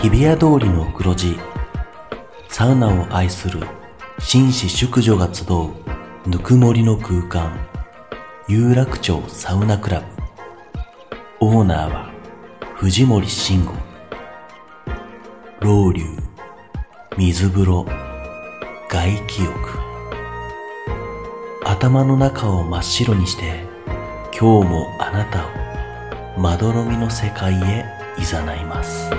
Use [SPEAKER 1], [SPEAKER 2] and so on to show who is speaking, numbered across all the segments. [SPEAKER 1] 日比谷通りの黒字サウナを愛する紳士淑女が集うぬくもりの空間有楽町サウナクラブオーナーは藤森慎吾老流水風呂外気浴頭の中を真っ白にして今日もあなたをまどろみの世界へ誘います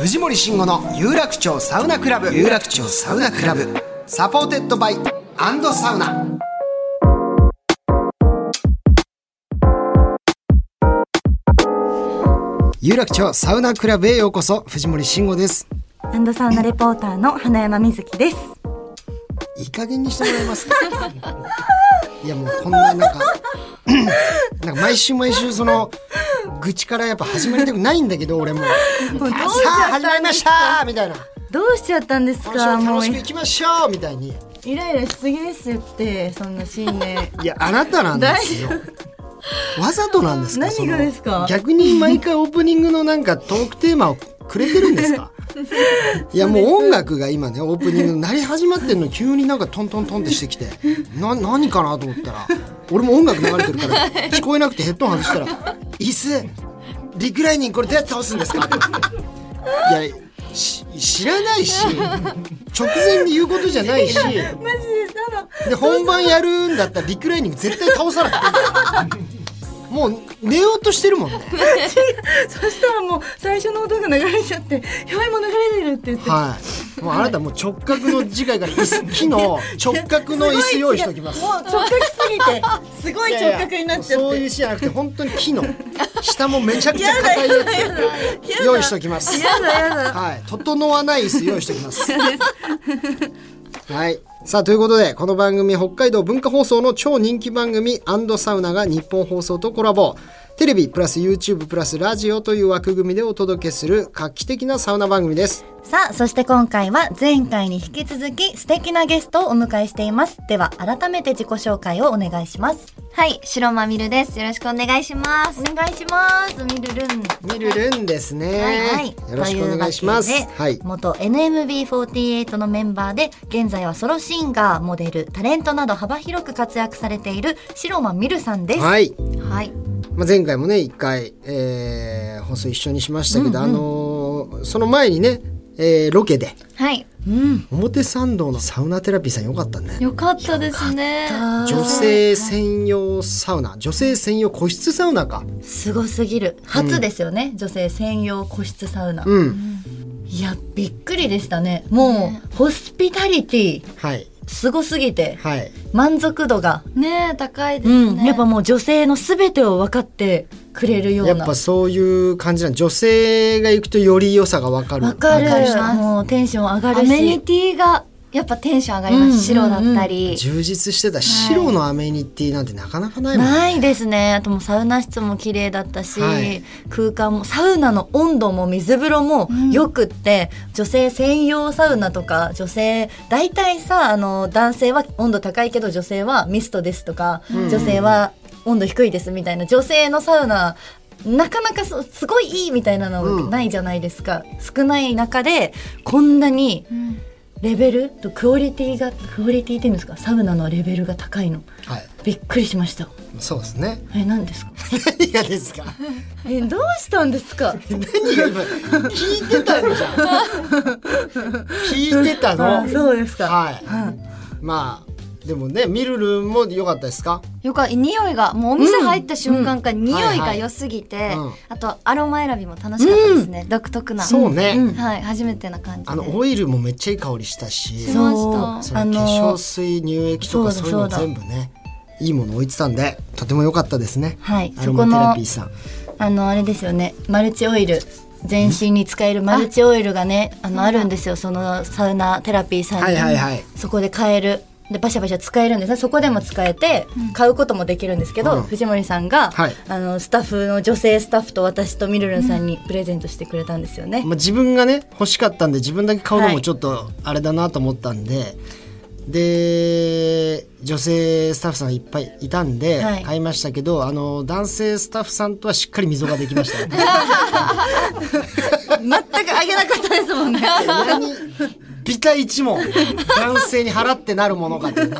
[SPEAKER 2] 藤森慎吾の有楽町サウナクラブ有楽町サウナクラブサポーテッドバイアンドサウナ有楽町サウナクラブへようこそ藤森慎吾です
[SPEAKER 3] アンドサウナレポーターの花山瑞希です。
[SPEAKER 2] いい加減にしてもらえますか いやもうこんななんか なんか毎週毎週その愚痴からやっぱ始まりたくないんだけど俺もさ
[SPEAKER 3] もうどうしちゃ
[SPEAKER 2] あ
[SPEAKER 3] ったん
[SPEAKER 2] 始まりましたみたいな
[SPEAKER 3] どうしちゃったんですか
[SPEAKER 2] 今週も
[SPEAKER 3] もう
[SPEAKER 2] 楽しくいきましょうみたいに
[SPEAKER 3] イライラしすぎですってそんな新 年
[SPEAKER 2] いや、あなたなんですよ。わざとなんですか
[SPEAKER 3] 何が
[SPEAKER 2] その
[SPEAKER 3] ですか
[SPEAKER 2] 逆に毎回オープニングのなんかトークテーマをくれてるんです かいやもう音楽が今ねオープニング鳴り始まってんの急になんかトントントンってして きてな何かなと思ったら俺も音楽流れてるから 聞こえなくてヘッドホン外したら「椅子リクライニングこれどうやって倒すんです か?」って言っていやし知らないし直前で言うことじゃないし。
[SPEAKER 3] マジでただ
[SPEAKER 2] で本番やるんだったらリクライニング絶対倒さなくていいもう寝ようとしてるもんね
[SPEAKER 3] そしたらもう最初の音が流れちゃって「やばいもう流れてる」って言って、
[SPEAKER 2] はいもうあなたもう直角の次回から椅子木の直角の椅子用意しておきます
[SPEAKER 3] もう直角す ぎてすごい
[SPEAKER 2] いやい
[SPEAKER 3] 直
[SPEAKER 2] や
[SPEAKER 3] 角になっちゃっ
[SPEAKER 2] そう
[SPEAKER 3] て
[SPEAKER 2] いうじゃなくて本当に木の下もめちゃくちゃ硬いやつ用意しておきます
[SPEAKER 3] やだやだ
[SPEAKER 2] はい整わない椅子用意しておきますはいさあということでこの番組北海道文化放送の超人気番組サウナが日本放送とコラボテレビプラス YouTube プラスラジオという枠組みでお届けする画期的なサウナ番組です
[SPEAKER 4] さあ、そして今回は前回に引き続き素敵なゲストをお迎えしています。では、改めて自己紹介をお願いします。
[SPEAKER 5] はい、白間みるです。よろしくお願いします。
[SPEAKER 4] お願いします。みるるん。
[SPEAKER 2] みるるんですね、よろしくお願いします
[SPEAKER 4] とうわけで
[SPEAKER 2] はい
[SPEAKER 4] 元 NMB48 のメンバーで、現在はソロシンガー、モデル、タレントなど幅広く活躍されている白間みるさんです。
[SPEAKER 2] はい
[SPEAKER 5] はい。
[SPEAKER 2] まあ、前回もね一回、えー放送一緒にしましたけど、あのーその前にね、えーロケで
[SPEAKER 5] はい。
[SPEAKER 2] 表参道のサウナテラピーさんよかったね
[SPEAKER 5] よかったですね。
[SPEAKER 2] 女性専用サウナ女性専用個室サウナか
[SPEAKER 4] すごすぎる。初ですよね。女性専用個室サウナ。
[SPEAKER 2] うん
[SPEAKER 4] いや、びっくりでしたね。もう、ホスピタリティ、
[SPEAKER 2] はい
[SPEAKER 4] すごすぎて。
[SPEAKER 2] はい
[SPEAKER 4] 満足度が、
[SPEAKER 5] ねえ、高いですね。
[SPEAKER 4] うん、やっぱもう女性のすべてを分かってくれるよう
[SPEAKER 2] や
[SPEAKER 4] な
[SPEAKER 2] っぱそういう感じなん女性が行くとより良さが分かる
[SPEAKER 4] 分かる
[SPEAKER 5] わかります
[SPEAKER 4] もうテンション上が
[SPEAKER 5] ア
[SPEAKER 4] る
[SPEAKER 5] メニ
[SPEAKER 4] し
[SPEAKER 5] ティが、やっぱテンション上がり
[SPEAKER 4] うん
[SPEAKER 5] ま
[SPEAKER 4] うんうん
[SPEAKER 5] す。白だったり。
[SPEAKER 2] 充実してた白のアメニティなんてなかなかないもんね
[SPEAKER 4] ないですねあともうサウナ室も綺麗だったし、
[SPEAKER 2] はい
[SPEAKER 4] 空間もサウナの温度も水風呂もよくって、女性専用サウナとか女性大体さあの男性は温度高いけど女性はミストですとか、女性は温度低いですみたいな女性のサウナなかなかそすごいいいみたいなのないじゃないですか、少ない中でこんなにレベルとクオリティがクオリティっていうんですかサウナのレベルが高いの
[SPEAKER 2] はい
[SPEAKER 4] びっくりしました
[SPEAKER 2] そうですね
[SPEAKER 4] え何ですか
[SPEAKER 2] 何がですか
[SPEAKER 4] えどうしたんですか
[SPEAKER 2] 何が今聞いてたんじゃん聞いてたの
[SPEAKER 4] そうですか
[SPEAKER 2] はい、まあでもねみるるんも良かったですか
[SPEAKER 5] よか匂いが、もうお店入った瞬間から匂
[SPEAKER 2] はい
[SPEAKER 5] い
[SPEAKER 2] は
[SPEAKER 5] が
[SPEAKER 2] い
[SPEAKER 5] 良すぎて
[SPEAKER 2] うん、
[SPEAKER 5] あとアロマ選びも楽しかったですね。独特な。
[SPEAKER 2] そうね、
[SPEAKER 5] はい、初めてな感じで。
[SPEAKER 2] あのオイルもめっちゃいい香りしたし
[SPEAKER 5] そう
[SPEAKER 2] そ
[SPEAKER 4] そう
[SPEAKER 2] の
[SPEAKER 4] あ
[SPEAKER 2] 化
[SPEAKER 4] の
[SPEAKER 2] 粧水乳液とか
[SPEAKER 4] そ
[SPEAKER 2] そううい
[SPEAKER 4] だ
[SPEAKER 2] うの
[SPEAKER 4] そう
[SPEAKER 2] 全
[SPEAKER 4] だ
[SPEAKER 2] 部ねいいもの置いてたんでとても良かったですね
[SPEAKER 4] はい
[SPEAKER 2] アロマ
[SPEAKER 4] そこの
[SPEAKER 2] テラピーさん
[SPEAKER 4] あのあれですよねマルチオイル全身に使えるマルチオイルがねあのあるんですよそのサウナテラピーさんに、
[SPEAKER 2] はいはいはい
[SPEAKER 4] そこで買えるでバシャバシャ使えるんですねそこでも使えて買うこともできるんですけ
[SPEAKER 2] う
[SPEAKER 4] ど、
[SPEAKER 2] ん
[SPEAKER 4] 藤森さんが、
[SPEAKER 2] はい
[SPEAKER 4] あのスタッフの女性スタッフと私とみるるんさんにプレゼントしてくれたんですよね、
[SPEAKER 2] まあ、自分がね欲しかったんで自分だけ買うの
[SPEAKER 4] は
[SPEAKER 2] も
[SPEAKER 4] い
[SPEAKER 2] ちょっとあれだなと思ったんで、で女性スタッフさんいっぱいいたんで
[SPEAKER 4] はい
[SPEAKER 2] 買いましたけど、あの男性スタッフさんとはしっかり溝ができました、 ね、
[SPEAKER 4] 全くあげなかったですもんね。
[SPEAKER 2] 何ビタ一問男性に払ってなるものかっていうね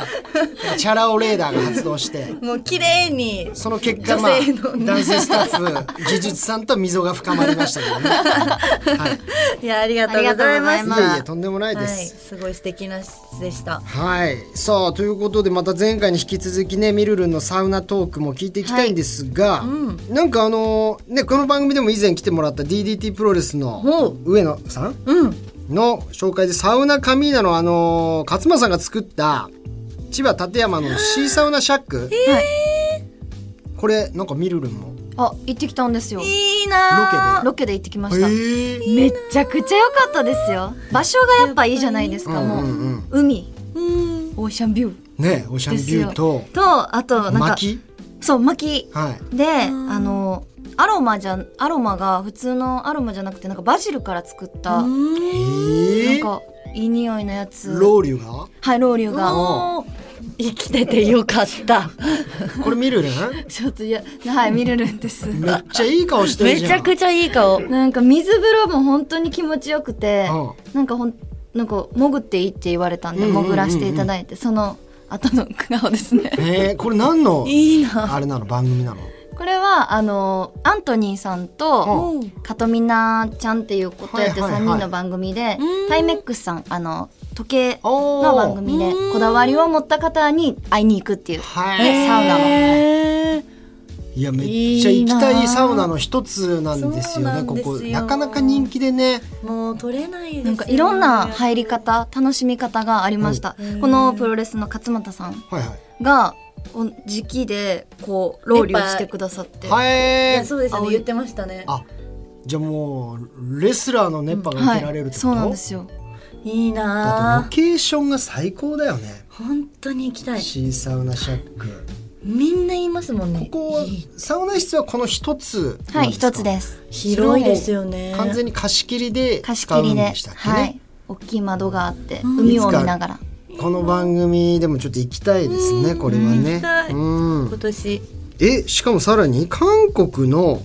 [SPEAKER 2] チャラ男レーダーが発動して
[SPEAKER 4] もう綺麗に。
[SPEAKER 2] その結果まあ
[SPEAKER 4] 女性の
[SPEAKER 2] 男性スタッフ技術さんと溝が深まりましたけ どね、はい、
[SPEAKER 4] いや、ありがとうございま
[SPEAKER 5] あ
[SPEAKER 4] す。
[SPEAKER 2] い
[SPEAKER 5] りがとうござま
[SPEAKER 2] えいえとんでもない
[SPEAKER 4] は
[SPEAKER 2] で
[SPEAKER 4] い、
[SPEAKER 2] す、
[SPEAKER 4] すごい素敵な質でした。
[SPEAKER 2] はいさあということでまた前回に引き続きねみるるんのサウナトークも聞いていきたいんですが、なんかあのねこの番組でも以前来てもらった DDT プロレス
[SPEAKER 4] ほ
[SPEAKER 2] の
[SPEAKER 4] う
[SPEAKER 2] 上野さんの紹介でサウナカミーナのあの勝間さんが作った千葉館山のシーサウナシャック、これなんかみるるんも
[SPEAKER 5] あ行ってきたんですよ
[SPEAKER 4] いいな
[SPEAKER 5] ロケで行ってきま
[SPEAKER 2] ロケ
[SPEAKER 5] し
[SPEAKER 2] で
[SPEAKER 5] た
[SPEAKER 2] へえ
[SPEAKER 5] めちゃくちゃ良かったですよ場所がやっぱいいじゃないですか
[SPEAKER 2] うん
[SPEAKER 5] も
[SPEAKER 2] うんう
[SPEAKER 5] うん海オーシャンビュー
[SPEAKER 2] ねオシャンビューと
[SPEAKER 5] とあとなんか
[SPEAKER 2] 薪
[SPEAKER 5] そう薪
[SPEAKER 2] はい
[SPEAKER 5] であのアロマじゃんアロマが普通のアロマじゃなくてなんかバジルから作ったなん
[SPEAKER 2] へえ
[SPEAKER 5] かいい匂いのやつ
[SPEAKER 2] ロウリュが
[SPEAKER 5] はいロウリ ュが
[SPEAKER 4] もう生きててよかった。
[SPEAKER 2] これみるるん
[SPEAKER 5] ちょっといやはい見れるんです
[SPEAKER 2] めっちゃいい顔してる
[SPEAKER 4] め
[SPEAKER 2] じゃん
[SPEAKER 4] ちゃくちゃいい顔。
[SPEAKER 5] なんか水風呂も本当に気持ちよくて、
[SPEAKER 2] うん
[SPEAKER 5] なんかほんなんか潜っていいって言われたんで、
[SPEAKER 2] うんうんうんうん
[SPEAKER 5] 潜らせていただいてその後の顔ですね
[SPEAKER 2] えー、これ何の
[SPEAKER 4] いいな。
[SPEAKER 2] あれなの番組なの
[SPEAKER 5] これはあのアントニーさんと、
[SPEAKER 2] うん
[SPEAKER 5] カトミナちゃんっていうことやって
[SPEAKER 2] はいはい
[SPEAKER 5] 3
[SPEAKER 2] はい
[SPEAKER 5] 人の番組で、タイメックスさんあの時計
[SPEAKER 2] おー
[SPEAKER 5] の番組でこだわりを持った方に会いに行くっていう
[SPEAKER 2] はい
[SPEAKER 5] サウナの
[SPEAKER 4] へー
[SPEAKER 2] いやめっちゃ行きた
[SPEAKER 5] いいないあ
[SPEAKER 2] サウナの一つなんですよね
[SPEAKER 4] そうなん
[SPEAKER 2] こ
[SPEAKER 4] ですよ
[SPEAKER 2] こなかなか人気でね
[SPEAKER 4] もう取れないですよね
[SPEAKER 5] なんかいろんな入り方楽しみ方がありました、このプロレスの勝俣さん
[SPEAKER 2] はいはい
[SPEAKER 5] がお直でこうロウリュしてくださって
[SPEAKER 4] い
[SPEAKER 2] は
[SPEAKER 4] や
[SPEAKER 2] い
[SPEAKER 4] そうですよ
[SPEAKER 5] 青
[SPEAKER 4] ね
[SPEAKER 5] い
[SPEAKER 4] 言ってましたね
[SPEAKER 2] あじゃあもうレスラーの熱波が受けられるってこと、
[SPEAKER 5] そうなんですよ
[SPEAKER 4] いい
[SPEAKER 2] だって
[SPEAKER 4] な
[SPEAKER 2] ロケーションが最高だよね
[SPEAKER 4] 本当に行きたい
[SPEAKER 2] シーサウナシャック
[SPEAKER 4] みんな言いますもんね
[SPEAKER 2] ここはサウナ室はこの一つ
[SPEAKER 5] は
[SPEAKER 2] なん
[SPEAKER 5] い
[SPEAKER 2] ですか
[SPEAKER 5] 一つです
[SPEAKER 4] 広いですよね
[SPEAKER 2] 完全に貸し切りで
[SPEAKER 5] 貸し
[SPEAKER 2] 使
[SPEAKER 5] 切
[SPEAKER 2] う
[SPEAKER 5] り
[SPEAKER 2] ん
[SPEAKER 5] で
[SPEAKER 2] でしたっけね、
[SPEAKER 5] はい大きい窓があって海を見ながら
[SPEAKER 2] この番組でもちょっと行きたいですね、これはね
[SPEAKER 4] きた。い
[SPEAKER 2] うん
[SPEAKER 4] 今。年
[SPEAKER 2] え、しかもさらに韓国の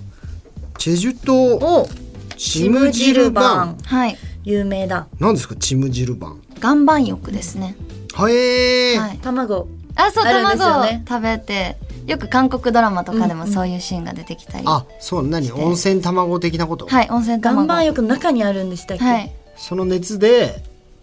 [SPEAKER 2] チェジュ島
[SPEAKER 4] お
[SPEAKER 2] チムジルバン。
[SPEAKER 5] はい
[SPEAKER 4] 有名だ
[SPEAKER 2] なんですかチムジルバン。
[SPEAKER 5] 岩盤浴ですね
[SPEAKER 2] はえー。
[SPEAKER 5] はい
[SPEAKER 4] 卵
[SPEAKER 5] あそう
[SPEAKER 4] あるんですよ
[SPEAKER 5] 卵を
[SPEAKER 4] ね
[SPEAKER 5] 食べてよく韓国ドラマとかでもそういうシーンが出てきたりは
[SPEAKER 2] あ、そう何温泉卵的なこと。
[SPEAKER 5] い温泉
[SPEAKER 4] 岩
[SPEAKER 5] 卵
[SPEAKER 4] 盤浴の中にあるんでしたっけ、
[SPEAKER 5] はい
[SPEAKER 2] その熱で、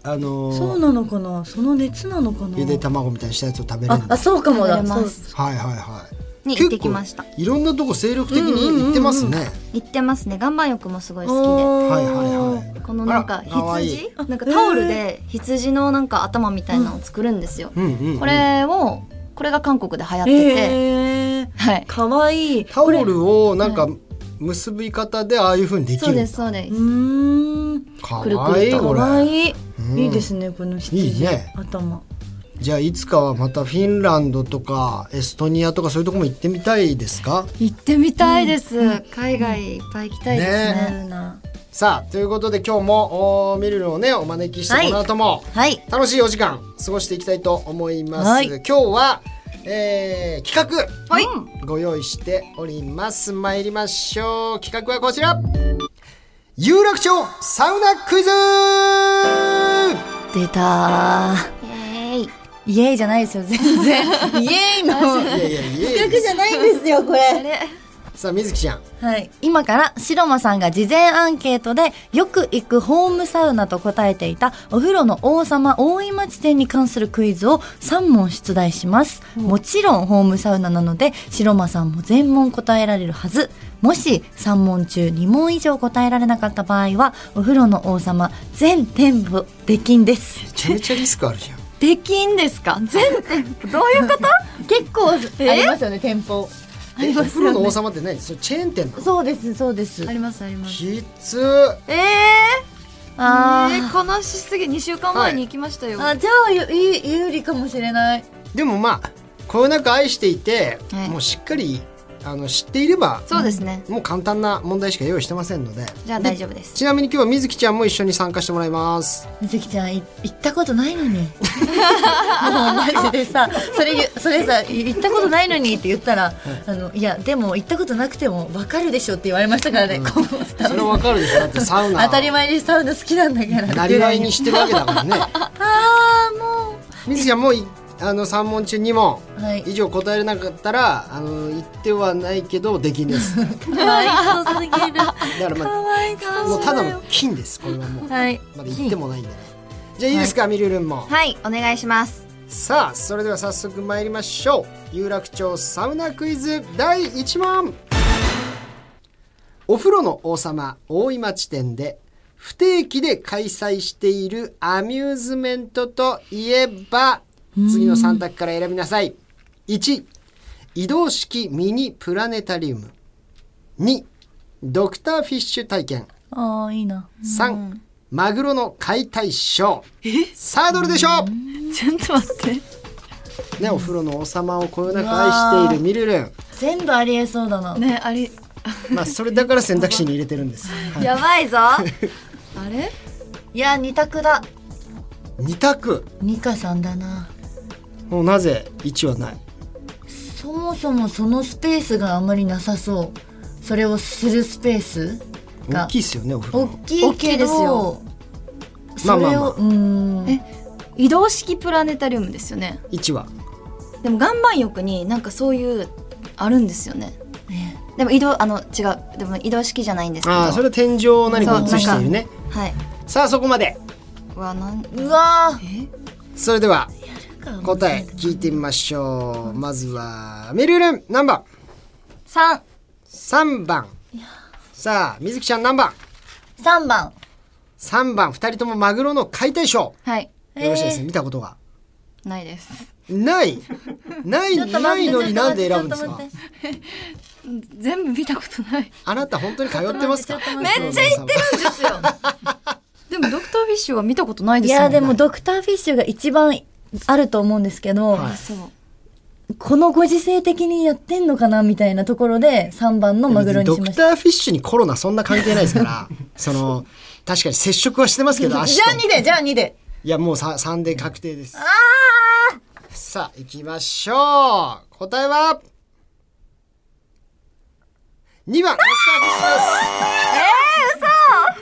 [SPEAKER 2] あのー
[SPEAKER 4] そうなのかなその熱なのかな
[SPEAKER 2] ゆで卵みたいにしたやつを食べれる
[SPEAKER 4] あ
[SPEAKER 2] んだ。
[SPEAKER 4] あ
[SPEAKER 2] は
[SPEAKER 4] そうかもだ
[SPEAKER 5] 食べれます
[SPEAKER 4] そう
[SPEAKER 2] いはいはい。
[SPEAKER 5] に行ってきました
[SPEAKER 2] 結構いろんなとこ精力的に行ってますね。
[SPEAKER 5] 行ってますね岩盤浴もすごい好
[SPEAKER 2] はいはいはい。
[SPEAKER 5] きでこのなんか
[SPEAKER 2] あらかわいい
[SPEAKER 5] 羊なんかタオルで羊のなんか頭みたいなのを作るんですよ
[SPEAKER 2] うんうん、うん。
[SPEAKER 5] これをこれが韓国で流行ってて、
[SPEAKER 4] えー、
[SPEAKER 5] はい
[SPEAKER 4] かわいい
[SPEAKER 2] タオルをなんか結び方でああいう風にできる。
[SPEAKER 5] そうですそうです
[SPEAKER 4] う、ーん
[SPEAKER 2] か
[SPEAKER 5] くるく
[SPEAKER 2] わい
[SPEAKER 5] る
[SPEAKER 2] い
[SPEAKER 5] と
[SPEAKER 4] か
[SPEAKER 2] こ
[SPEAKER 4] わ
[SPEAKER 2] れ
[SPEAKER 4] いい、
[SPEAKER 2] うん
[SPEAKER 4] いいですねこの羊
[SPEAKER 2] いいね
[SPEAKER 4] 頭
[SPEAKER 2] じゃあいつかはまたフィンランドとかエストニアとかそういうとこも行ってみたいですか
[SPEAKER 5] 行ってみたいです、海外いっぱい行きたいですね
[SPEAKER 2] ね
[SPEAKER 4] あるな
[SPEAKER 2] さあということで今日もおーミルルをねお招きしてこの後も
[SPEAKER 4] はい
[SPEAKER 2] 楽しいお時間過ごしていきたいと思います、
[SPEAKER 4] はい
[SPEAKER 2] 今日は、えー企画
[SPEAKER 5] はい
[SPEAKER 2] ご用意しております参りましょう企画はこちら有楽町サウナクイズ
[SPEAKER 4] 出た
[SPEAKER 5] イエーイ
[SPEAKER 4] イエイじゃないですよ全然 イエイの
[SPEAKER 2] いやいやいやいや
[SPEAKER 4] じゃないんですよこれ
[SPEAKER 2] さあみずきちゃん
[SPEAKER 4] はい、今から白間さんが事前アンケートでよく行くホームサウナと答えていたお風呂の王様大井町店に関するクイズを3問出題します、もちろんホームサウナなので白間さんも全問答えられるはずもし3問中2問以上答えられなかった場合はお風呂の王様全店舗出禁です
[SPEAKER 2] めちゃめちゃリスクあるじゃん
[SPEAKER 5] できんですか全店舗どういう こと
[SPEAKER 4] 結構ありますよね店舗
[SPEAKER 2] えお風呂の王様って何それチェーン店なの
[SPEAKER 4] そうですそうです
[SPEAKER 5] ありますあります
[SPEAKER 2] きつー
[SPEAKER 5] えー、
[SPEAKER 4] あ
[SPEAKER 5] え
[SPEAKER 4] ー
[SPEAKER 5] ー悲しすぎ2週間前に行きましたよ、
[SPEAKER 4] あじゃあゆゆ有利かもしれない
[SPEAKER 2] でもまあこよなく愛していて、
[SPEAKER 5] はい
[SPEAKER 2] もうしっかりあの知っていれば
[SPEAKER 5] そうですね
[SPEAKER 2] もう簡単な問題しか用意してませんので
[SPEAKER 5] じゃあ大丈夫です
[SPEAKER 2] ちなみに今日はみずきちゃんも一緒に参加してもらいます
[SPEAKER 4] みずきちゃんい行ったことないのにもうマジでさそれ言うそれさ行ったことないのにって言ったら、あのいやでも行ったことなくても分かるでしょって言われましたからね、こうスタッ
[SPEAKER 2] それわかるでしょだってサウ
[SPEAKER 4] フ
[SPEAKER 2] ナ
[SPEAKER 4] 当たり前にサウナ好きなんだから
[SPEAKER 2] なりわいにしてるわけだから ね
[SPEAKER 4] ああも
[SPEAKER 2] みずきちゃんもいあの3問中2問
[SPEAKER 4] うはい
[SPEAKER 2] 以上答えれなかったらあの言ってはないけどできんですだか
[SPEAKER 4] か わいそうすぎる
[SPEAKER 2] らま
[SPEAKER 4] わい
[SPEAKER 2] あもうただの金ですこれはもう
[SPEAKER 4] はい
[SPEAKER 2] まだ言ってもないんでねじゃあいいですか、みるるんも
[SPEAKER 5] はいお願いします
[SPEAKER 2] さあそれでは早速参りましょう有楽町サウナクイズ第1問お風呂の王様大井町店で不定期で開催しているアミューズメントといえば次の3択から選びなさい1移動式ミニプラネタリウム2ドクターフィッシュ体験
[SPEAKER 4] ああいいな
[SPEAKER 2] 3、マグロの解体ショーさあどれでしょう
[SPEAKER 3] ちょっと待って
[SPEAKER 2] ね、お風呂の王様をこよなく愛しているミルルン。
[SPEAKER 4] 全部ありえそうだな
[SPEAKER 3] ねあれ
[SPEAKER 2] まあ、それだから選択肢に入れてるんです。はい
[SPEAKER 5] やば いぞ
[SPEAKER 3] あれ
[SPEAKER 4] いや二択だ
[SPEAKER 2] 二択。
[SPEAKER 4] ミカさんだな
[SPEAKER 2] もうなぜ一はない。
[SPEAKER 4] そもそもそのスペースがあんまりなさそうそれをするスペースが
[SPEAKER 2] 大きいですよね、お風呂
[SPEAKER 4] 大
[SPEAKER 2] の。
[SPEAKER 4] きいけ
[SPEAKER 5] 大きいです
[SPEAKER 4] ど
[SPEAKER 5] よ
[SPEAKER 2] まあ
[SPEAKER 4] そ
[SPEAKER 2] まあ
[SPEAKER 4] れ
[SPEAKER 2] まあ
[SPEAKER 4] をうーん
[SPEAKER 5] え移動式プラネタリウムですよね
[SPEAKER 2] 一は。
[SPEAKER 5] でも岩盤浴になんかそういうあるんですよね
[SPEAKER 4] ね
[SPEAKER 5] でも移動あの違うでも移動式じゃないんですけど
[SPEAKER 2] ああ、それは天井を何か映しているね。
[SPEAKER 5] はい
[SPEAKER 2] さあ、そこまで。
[SPEAKER 5] うわなん
[SPEAKER 4] うわ
[SPEAKER 5] え
[SPEAKER 2] それでは
[SPEAKER 4] ー
[SPEAKER 2] 答え聞いてみましょう。まずはミルルン何番？
[SPEAKER 5] 三
[SPEAKER 2] 三番。さあ、みずきちゃん何番？
[SPEAKER 4] 3番
[SPEAKER 2] 三番。二人ともマグロの解体ショ
[SPEAKER 5] はい
[SPEAKER 2] ー。よろしいですね。見たことが。
[SPEAKER 5] ないです
[SPEAKER 2] ない。ない、ないのになんで選ぶんですか
[SPEAKER 4] ちょっと待って
[SPEAKER 5] 全部見たことない
[SPEAKER 2] あなた本当に通ってますか
[SPEAKER 4] ちょっと
[SPEAKER 5] めっちゃ言ってるんで すよでもドクターフィッシュは見たことないで
[SPEAKER 4] い
[SPEAKER 5] すよ
[SPEAKER 4] やでもドクターフィッシュが一番あると思うんですけど、
[SPEAKER 2] はい
[SPEAKER 5] そう
[SPEAKER 4] このご時世的にやってんのかなみたいなところで3番のマグロに
[SPEAKER 2] ド
[SPEAKER 4] しま
[SPEAKER 2] ク
[SPEAKER 4] した
[SPEAKER 2] ターフィッシュにコロナそんな関係ないですから その確かに接触はしてますけど足
[SPEAKER 4] じ
[SPEAKER 2] と
[SPEAKER 4] ゃあ2でじゃあ2で
[SPEAKER 2] いやもう 3, 3で確定ですさあ行きましょう答えは2番ドクターフィッシュですえー、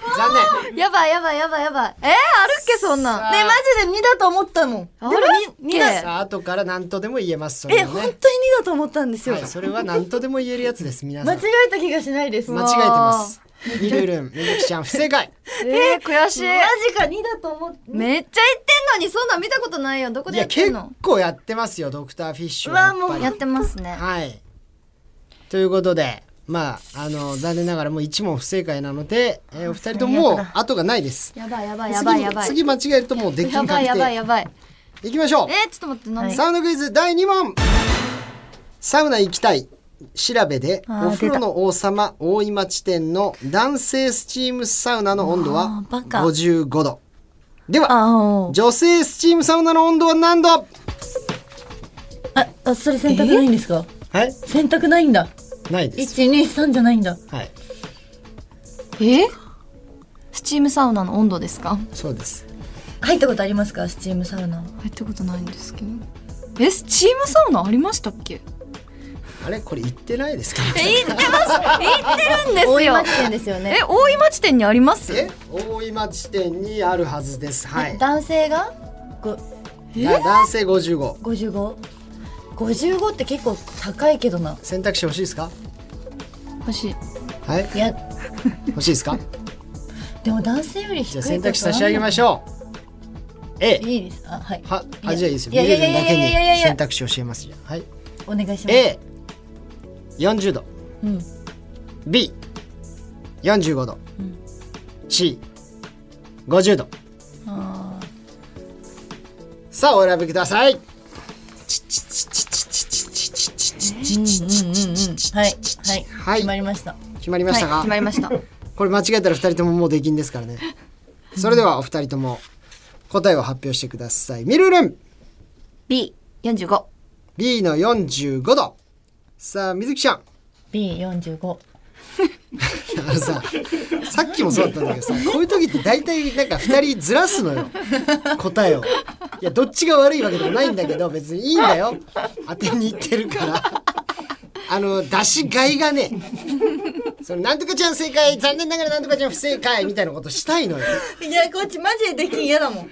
[SPEAKER 2] 嘘残念
[SPEAKER 5] やばいやばいやばいやばいえー、あるっけそんなん
[SPEAKER 4] ねマジで2だと思ったもん
[SPEAKER 5] あるっけ
[SPEAKER 2] さあ後から何とでも言えますそれ
[SPEAKER 4] え
[SPEAKER 2] は
[SPEAKER 4] 本当に
[SPEAKER 2] ね
[SPEAKER 4] 2だと思ったんですよ、
[SPEAKER 2] はい、それは何とでも言えるやつです皆
[SPEAKER 4] 間
[SPEAKER 2] さ
[SPEAKER 4] 違
[SPEAKER 2] ん
[SPEAKER 4] えた気がしないです
[SPEAKER 2] 間違えて ますミル ルンみずきちゃん不正解
[SPEAKER 5] えー、悔しい
[SPEAKER 4] マジか2だと思って
[SPEAKER 5] めっちゃ言ってんのにそんなん見たことないよどこ
[SPEAKER 2] い
[SPEAKER 5] でや
[SPEAKER 2] や
[SPEAKER 5] ってん
[SPEAKER 2] 結
[SPEAKER 5] の
[SPEAKER 2] 構やってますよドクターフィッシュはや
[SPEAKER 4] わあ
[SPEAKER 2] っ
[SPEAKER 4] も
[SPEAKER 2] ぱ
[SPEAKER 4] う
[SPEAKER 2] り
[SPEAKER 5] やってますね
[SPEAKER 2] はい。ということで、まあ、あの、残念ながらもう1問不正解なので、えーお二人とももう後がないです。
[SPEAKER 5] やばいやばいやばいやばい
[SPEAKER 2] 次、次間違えるともうデッキ
[SPEAKER 5] や
[SPEAKER 2] に
[SPEAKER 5] ば
[SPEAKER 2] 確
[SPEAKER 5] いやばい
[SPEAKER 2] 定。
[SPEAKER 5] やばい
[SPEAKER 2] いきましょ
[SPEAKER 5] えー、ちょっと待ってなん
[SPEAKER 2] う。
[SPEAKER 5] で
[SPEAKER 2] サウナクイズ第2問。サウナ行きたい。調べで、
[SPEAKER 4] あー
[SPEAKER 2] お風呂の王様、大井町店の男性スチームサウナの温度は
[SPEAKER 4] あーバカ
[SPEAKER 2] 55度。では、
[SPEAKER 4] あ
[SPEAKER 2] 女性スチームサウナの温度は何度
[SPEAKER 4] ああそれ選択ないんですか
[SPEAKER 2] はい。
[SPEAKER 4] 選択ないんだ
[SPEAKER 2] ないです。
[SPEAKER 4] 123じゃないんだ
[SPEAKER 2] はい。
[SPEAKER 5] えスチームサウナの温度ですか
[SPEAKER 2] そうです。
[SPEAKER 4] 入ったことありますかスチームサウナ
[SPEAKER 5] 入ったことないんですけどえスチームサウナありましたっけ
[SPEAKER 2] あれこれ言ってないですか
[SPEAKER 5] え言ってます言ってるんです
[SPEAKER 4] 大井
[SPEAKER 5] よ
[SPEAKER 4] 町店ですよね
[SPEAKER 5] え大井町店にあります
[SPEAKER 2] え大井町店にあるはずですはい
[SPEAKER 4] 男性がご
[SPEAKER 2] だ男性55
[SPEAKER 4] 55 55って結構高いけどな
[SPEAKER 2] 選択肢欲しいですか
[SPEAKER 5] 欲しい
[SPEAKER 2] はい
[SPEAKER 4] いや
[SPEAKER 2] 欲しいです か
[SPEAKER 4] でも男性より低い
[SPEAKER 2] じゃあ選択肢差し上げましょう A
[SPEAKER 4] いいですあはい
[SPEAKER 2] はあ
[SPEAKER 4] や
[SPEAKER 2] じゃあいいですよ
[SPEAKER 4] い
[SPEAKER 2] 見
[SPEAKER 4] やいや
[SPEAKER 2] れる
[SPEAKER 4] いやい
[SPEAKER 2] だ
[SPEAKER 4] やいやいやいや
[SPEAKER 2] けに選択肢教えますじゃあはい
[SPEAKER 4] お願いします
[SPEAKER 2] A 40度
[SPEAKER 4] うん
[SPEAKER 2] B 45度、C 50度さあお選びください
[SPEAKER 4] はいはい、
[SPEAKER 2] はい
[SPEAKER 4] 決まりました
[SPEAKER 2] 決まりましたか、
[SPEAKER 5] はい決まりました
[SPEAKER 2] これ間違えたら2人とももう出禁ですから ねそれではお二人とも答えを発表してくださいみるるん
[SPEAKER 5] B45
[SPEAKER 2] B の45度さあみずきちゃん
[SPEAKER 4] B45
[SPEAKER 2] あのささっきもそうだったんだけどさこういう時って大体なんか2人ずらすのよ答えをいやどっちが悪いわけでもないんだけど別にいいんだよ当てにいってるからあの出しがいがねそのなんとかちゃん正解残念ながらなんとかちゃん不正解みたいなことしたいのよ
[SPEAKER 4] いやこっちマジでできん嫌だもん、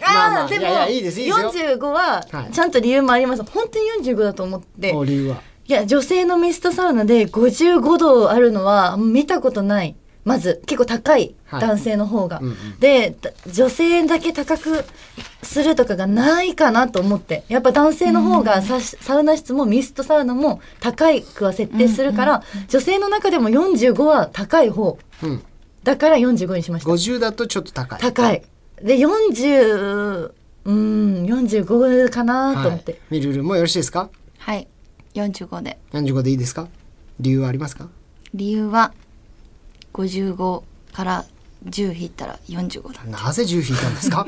[SPEAKER 2] まあまあ
[SPEAKER 4] あーでも
[SPEAKER 2] いやいやいいですいいですよ
[SPEAKER 4] 45は
[SPEAKER 2] はい
[SPEAKER 4] ちゃんと理由もあります、本当に45だと思って
[SPEAKER 2] お理由はい
[SPEAKER 4] や女性のミストサウナで55度あるのは見たことないまず結構高い
[SPEAKER 2] はい
[SPEAKER 4] 男性の方が、
[SPEAKER 2] うんう
[SPEAKER 4] でだ女性だけ高くするとかがないかなと思ってやっぱ男性の方がサ,、サウナ室もミストサウナも高いくは設定するから、女性の中でも45は高い方
[SPEAKER 2] うん
[SPEAKER 4] だから45にしました
[SPEAKER 2] 50だとちょっと高い
[SPEAKER 4] 高いで40うん45かなと思って、
[SPEAKER 2] はい、みるるんもよろしいですか
[SPEAKER 5] はい45で
[SPEAKER 2] 45でいいですか理由はありますか
[SPEAKER 5] 理由は55から10引いたら45だ
[SPEAKER 2] なぜ10引いたんです か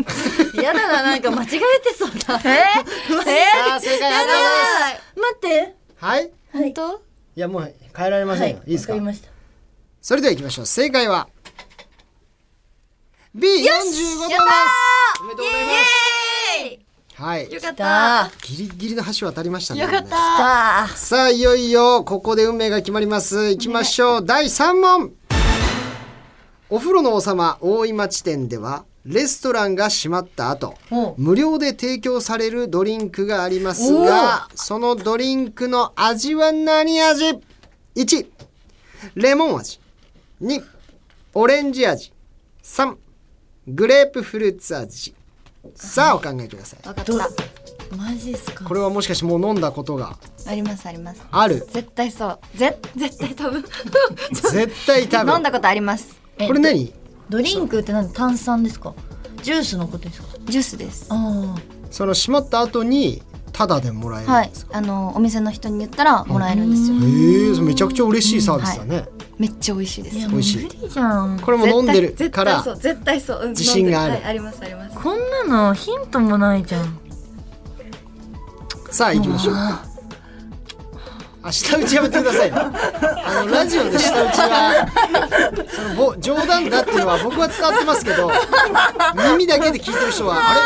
[SPEAKER 4] 嫌だななんか間違えてそう だえ
[SPEAKER 2] さあ正解発表です
[SPEAKER 4] 待って
[SPEAKER 2] はい
[SPEAKER 4] 本
[SPEAKER 5] 当
[SPEAKER 2] いやもう変えられませんよ、い、いですか
[SPEAKER 4] わかりました
[SPEAKER 2] それでは行きましょう正解は B45 ですおめでとうございますはい
[SPEAKER 4] よかった
[SPEAKER 2] ギリギリの橋渡りましたね
[SPEAKER 4] あ
[SPEAKER 2] さあいよいよここで運命が決まりますいきましょう第3問お風呂の王様大井町店ではレストランが閉まった後
[SPEAKER 4] お
[SPEAKER 2] 無料で提供されるドリンクがありますがそのドリンクの味は何味 ?1 レモン味2オレンジ味3グレープフルーツ味さあお考えください
[SPEAKER 5] 分かった
[SPEAKER 4] マジっすか
[SPEAKER 2] これはもしかしてもう飲んだことが
[SPEAKER 5] ありますあります
[SPEAKER 2] ある
[SPEAKER 5] 絶対そうぜ絶対多分
[SPEAKER 2] 絶対多分
[SPEAKER 5] 飲んだことあります
[SPEAKER 2] これ何
[SPEAKER 4] ドリンクって何炭酸ですかジュースのことですか
[SPEAKER 5] ジュースです
[SPEAKER 4] あ
[SPEAKER 2] その閉まった後にタダでもらえ
[SPEAKER 5] は
[SPEAKER 2] るん
[SPEAKER 5] い
[SPEAKER 2] ですか、
[SPEAKER 5] あのお店の人に言ったらもらえるんですよ
[SPEAKER 2] へえそれめちゃくちゃ嬉しいサービスだね、
[SPEAKER 5] めっちゃ美味しいで
[SPEAKER 4] あ
[SPEAKER 5] す
[SPEAKER 2] 美味しい
[SPEAKER 4] 無理じゃん
[SPEAKER 2] これも飲んでるか
[SPEAKER 3] 絶対
[SPEAKER 2] ら
[SPEAKER 3] そう絶対そう、うん
[SPEAKER 2] 自信がある
[SPEAKER 3] 飲んではいありますあります
[SPEAKER 4] こんなのヒントもないじゃん
[SPEAKER 2] さあ行きましょうあ舌打ちやめてくださいねあのラジオで舌打ちはそのぼ冗談だっていうのは僕は伝わってますけど耳だけで聞いてる人はあれ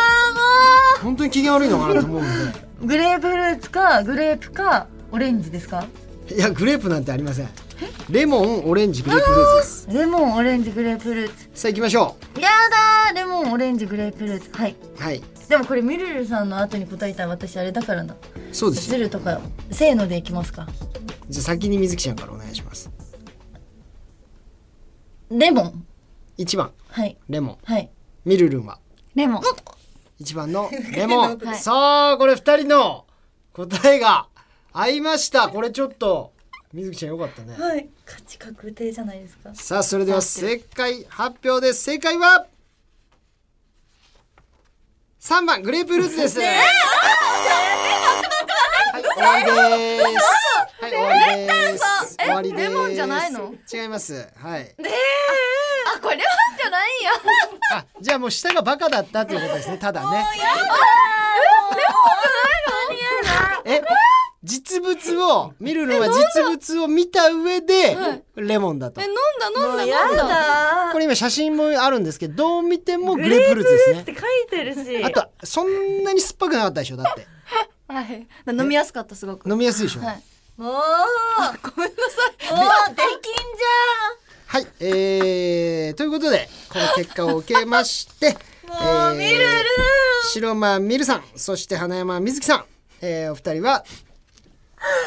[SPEAKER 2] 本当に機嫌悪いのかなと思うん
[SPEAKER 4] グレープフルーツかグレープかオレンジですか
[SPEAKER 2] でいやグレープなんてありませんレモンオレンジグレープフルーツです
[SPEAKER 4] レモンオレンジグレープフルーツ
[SPEAKER 2] さあ行きましょ
[SPEAKER 4] やだーレモンオレンジグレープフルーツはいう
[SPEAKER 2] はい
[SPEAKER 4] でもこれミルルさんの後に答えたら私あれだからな
[SPEAKER 2] そうです
[SPEAKER 4] ズ
[SPEAKER 2] よ
[SPEAKER 4] ルとかせーのでいきますか
[SPEAKER 2] じゃあ先にみずきちゃんからお願いします
[SPEAKER 4] レモン
[SPEAKER 2] 1番
[SPEAKER 4] はい
[SPEAKER 2] レモン
[SPEAKER 4] はい
[SPEAKER 2] みるるんは
[SPEAKER 5] レモン
[SPEAKER 2] 1番のレモン、
[SPEAKER 5] はい
[SPEAKER 2] さあこれ2人の答えが合いましたこれちょっとみずきちゃんよかったね
[SPEAKER 4] はい勝ち確定じゃないですか
[SPEAKER 2] さあそれでは正解発表です正解は3番グレープフルーツです、はい終わりですはい終わりです終わりです
[SPEAKER 5] レモンじゃないの
[SPEAKER 2] 違いますはい
[SPEAKER 5] あこれレモンじゃない んや
[SPEAKER 2] あじゃあもう下がバカだったということですねただねえ実物をみるるは実物を見た上でレモンだと
[SPEAKER 5] え飲んだ飲んだ飲んだ
[SPEAKER 2] これ今写真もあるんですけどどう見てもグレープフルーツですね
[SPEAKER 4] 書いてるし
[SPEAKER 2] あとそんなに酸っぱくなかったでしょだって
[SPEAKER 5] はい飲みやすかったすごく
[SPEAKER 2] 飲みやすいでしょは
[SPEAKER 5] はいい、
[SPEAKER 4] おーごめんなさいおーできんじ
[SPEAKER 2] えー、ということでこの結果を受けま してえー
[SPEAKER 4] ゃんミルル
[SPEAKER 2] 白間みるさんそして花山みずきさん、えー、お二人は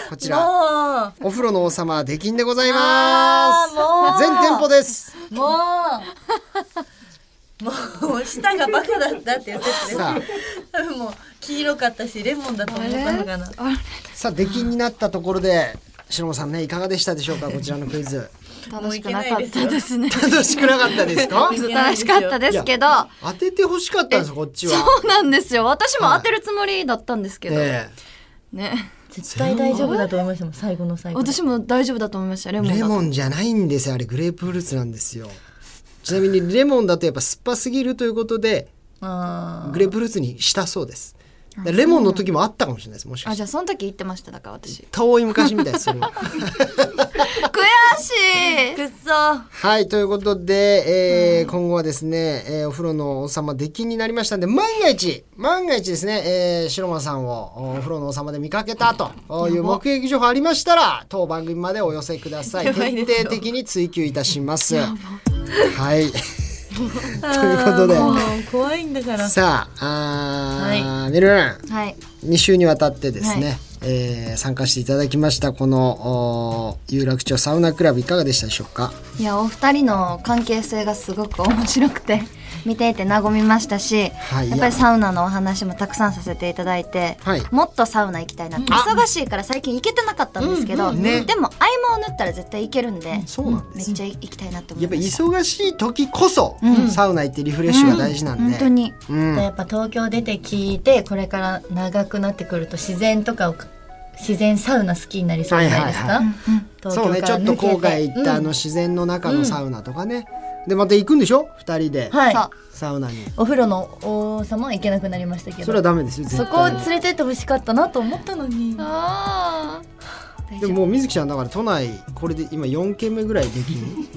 [SPEAKER 2] こちら
[SPEAKER 4] も
[SPEAKER 2] お風呂の王様は出禁でございます
[SPEAKER 4] あーもう
[SPEAKER 2] 全店舗です
[SPEAKER 4] うもうもう舌がバカだったっていう説です
[SPEAKER 2] さあ
[SPEAKER 4] 多分もう黄色かったしレモンだと思ったのかな
[SPEAKER 2] さあ出禁になったところで白間さんねいかがでしたでしょうかこちらのクイ ズ
[SPEAKER 5] 楽しくなかったですね
[SPEAKER 2] 楽しくなかったですか
[SPEAKER 4] いけないで
[SPEAKER 5] 楽
[SPEAKER 4] すよ
[SPEAKER 5] しかったですけど
[SPEAKER 2] 当ててほしかったんですこっちは
[SPEAKER 5] そうなんですよ私も当てるつもりだったんですけど、
[SPEAKER 2] え
[SPEAKER 5] ね
[SPEAKER 4] 絶対大丈夫だと思いましたもん最後の最後
[SPEAKER 5] 私も大丈夫だと思いましたレ
[SPEAKER 2] え
[SPEAKER 5] モンだ
[SPEAKER 2] レ
[SPEAKER 5] と
[SPEAKER 2] モンじゃないんですよあれグレープフルーツなんですよちなみにレモンだとやっぱ酸っぱすぎるということで
[SPEAKER 4] あー
[SPEAKER 2] グレープフルーツにしたそうですだからレモンの時もあったかもしれないですもしか
[SPEAKER 5] あ
[SPEAKER 2] し
[SPEAKER 5] じ
[SPEAKER 2] て
[SPEAKER 5] ゃあその時行ってましただから 私
[SPEAKER 2] 遠い昔みたいですそれは
[SPEAKER 5] 悔しい
[SPEAKER 4] くっそ
[SPEAKER 2] はいということで、えー今後はですね、えーお風呂の王様出禁になりましたんで万が一万が一ですね、えー、白間さんをお風呂の王様で見かけたという目撃情報ありましたら当番組までお寄せください
[SPEAKER 4] ばいです
[SPEAKER 2] 徹
[SPEAKER 4] よ
[SPEAKER 2] 底的に追及いたしますはいということで
[SPEAKER 4] 怖いんだから
[SPEAKER 2] さああー、メルルン
[SPEAKER 5] はい
[SPEAKER 2] 2週にわたってですね、
[SPEAKER 5] は
[SPEAKER 2] えー参加していただきましたこのお有楽町サウナクラブいかがでしたでしょうか
[SPEAKER 5] いやお二人の関係性がすごく面白 くて見ていて和みましたし、
[SPEAKER 2] はい
[SPEAKER 5] やっぱりサウナのお話もたくさんさせていただいて、
[SPEAKER 2] はい
[SPEAKER 5] もっとサウナ行きたいなって忙しいから最近行けてなかったんですけど、
[SPEAKER 2] うんうんね
[SPEAKER 5] でも合間を縫ったら絶対行けるんで、
[SPEAKER 2] そうなん
[SPEAKER 5] めっちゃ行きたいなと思
[SPEAKER 2] やっ
[SPEAKER 5] い
[SPEAKER 2] ぱ
[SPEAKER 5] ました
[SPEAKER 2] 忙しい時こそ、サウナ行ってリフレッシュが大事なんで、うん、
[SPEAKER 5] 本当に
[SPEAKER 4] やっぱ東京出て聞いてこれから長くなってくると自然とかを自然サウナ好きになりそうじゃないですか、
[SPEAKER 2] はいはい
[SPEAKER 4] 東
[SPEAKER 2] そう
[SPEAKER 4] 京
[SPEAKER 2] ね
[SPEAKER 4] か
[SPEAKER 2] ち
[SPEAKER 4] ら
[SPEAKER 2] ょっ
[SPEAKER 4] 抜け
[SPEAKER 2] と
[SPEAKER 4] て
[SPEAKER 2] 郊外行ったあ
[SPEAKER 4] う
[SPEAKER 2] の
[SPEAKER 4] ん
[SPEAKER 2] 自然の中のサウナとかね、でまた行くんでしょ2人で、
[SPEAKER 4] はい
[SPEAKER 5] そう
[SPEAKER 2] サウナに
[SPEAKER 4] お風呂の王様は行けなくなりましたけど
[SPEAKER 2] それはダメですよ絶
[SPEAKER 4] そ
[SPEAKER 2] 対
[SPEAKER 4] こを連れてってほしかったなと思ったのに
[SPEAKER 5] あ
[SPEAKER 2] でももう水木ちゃんだから都内これで今4軒目ぐらいできん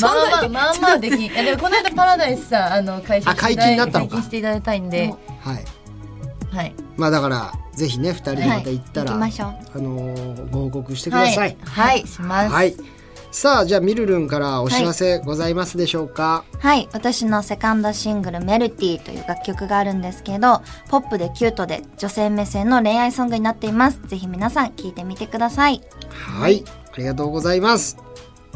[SPEAKER 4] まあまあまあまあできんいやでもこの間パラダイスさあの解禁
[SPEAKER 2] あ解禁になったのか
[SPEAKER 4] 解禁していただきたいんで、
[SPEAKER 2] はい
[SPEAKER 4] はい、
[SPEAKER 2] まあだからぜひね2人でまた行ったら、
[SPEAKER 5] はい行きましょう
[SPEAKER 2] あのーご報告してくだ
[SPEAKER 4] は
[SPEAKER 2] さ
[SPEAKER 4] い
[SPEAKER 2] い
[SPEAKER 4] はいします、
[SPEAKER 2] はい。さあ、じゃあ、みるるんからお知らせございますでしょうか。
[SPEAKER 5] はい私のセカンドシングル「メルティ」という楽曲があるんですけどポップでキュートで女性目線の恋愛ソングになっていますぜひ皆さん聴いてみてください
[SPEAKER 2] はい、ありがとうございます。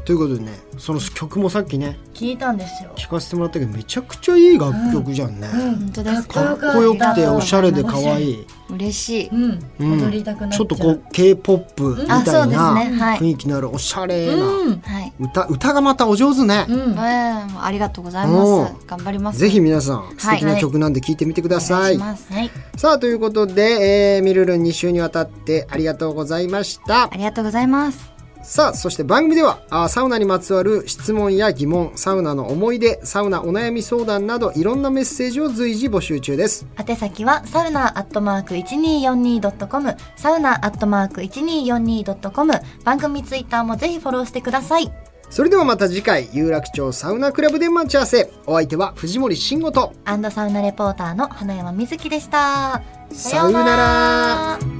[SPEAKER 2] ということでね、その曲もさっきね、
[SPEAKER 4] 聞いたんですよ
[SPEAKER 2] 聴かせてもらったけど、めちゃくちゃいい楽曲じゃんね。
[SPEAKER 5] 本当ですか
[SPEAKER 2] かっこよくて、おしゃれで可愛い。
[SPEAKER 5] 嬉しい
[SPEAKER 4] うん、
[SPEAKER 2] うん
[SPEAKER 4] 踊りたくなっちゃう
[SPEAKER 2] ちょっとこう、K-POP みた
[SPEAKER 5] あ
[SPEAKER 2] い
[SPEAKER 5] そうですね
[SPEAKER 2] な
[SPEAKER 5] はい
[SPEAKER 2] 雰囲気のあるおしゃれな
[SPEAKER 4] うん
[SPEAKER 5] はい
[SPEAKER 2] 歌、歌がまたお上手ね。
[SPEAKER 4] うん
[SPEAKER 5] うんありがとうござい
[SPEAKER 2] お
[SPEAKER 5] ま
[SPEAKER 2] ー
[SPEAKER 5] す頑張ります
[SPEAKER 2] ぜひ皆さん、素敵な曲なんで聴いてみてくだ
[SPEAKER 5] お
[SPEAKER 2] さ
[SPEAKER 5] 願
[SPEAKER 2] い
[SPEAKER 5] いし。ます
[SPEAKER 4] はい
[SPEAKER 2] さあ、ということで、えーみるるん2週にわたってありがとうございました
[SPEAKER 5] あ。りがとうございます
[SPEAKER 2] さあそして番組ではあーサウナにまつわる質問や疑問サウナの思い出サウナお悩み相談などいろんなメッセージを随時募集中です
[SPEAKER 4] 宛先はサウナアットマーク 1242.com サウナアットマーク 1242.com 番組ツイッターもぜひフォローしてください
[SPEAKER 2] それではまた次回有楽町サウナクラブで待ち合わせお相手は藤森慎吾と
[SPEAKER 4] アンドサウナレポーターの花山瑞希でした
[SPEAKER 2] さようなら
[SPEAKER 4] うなら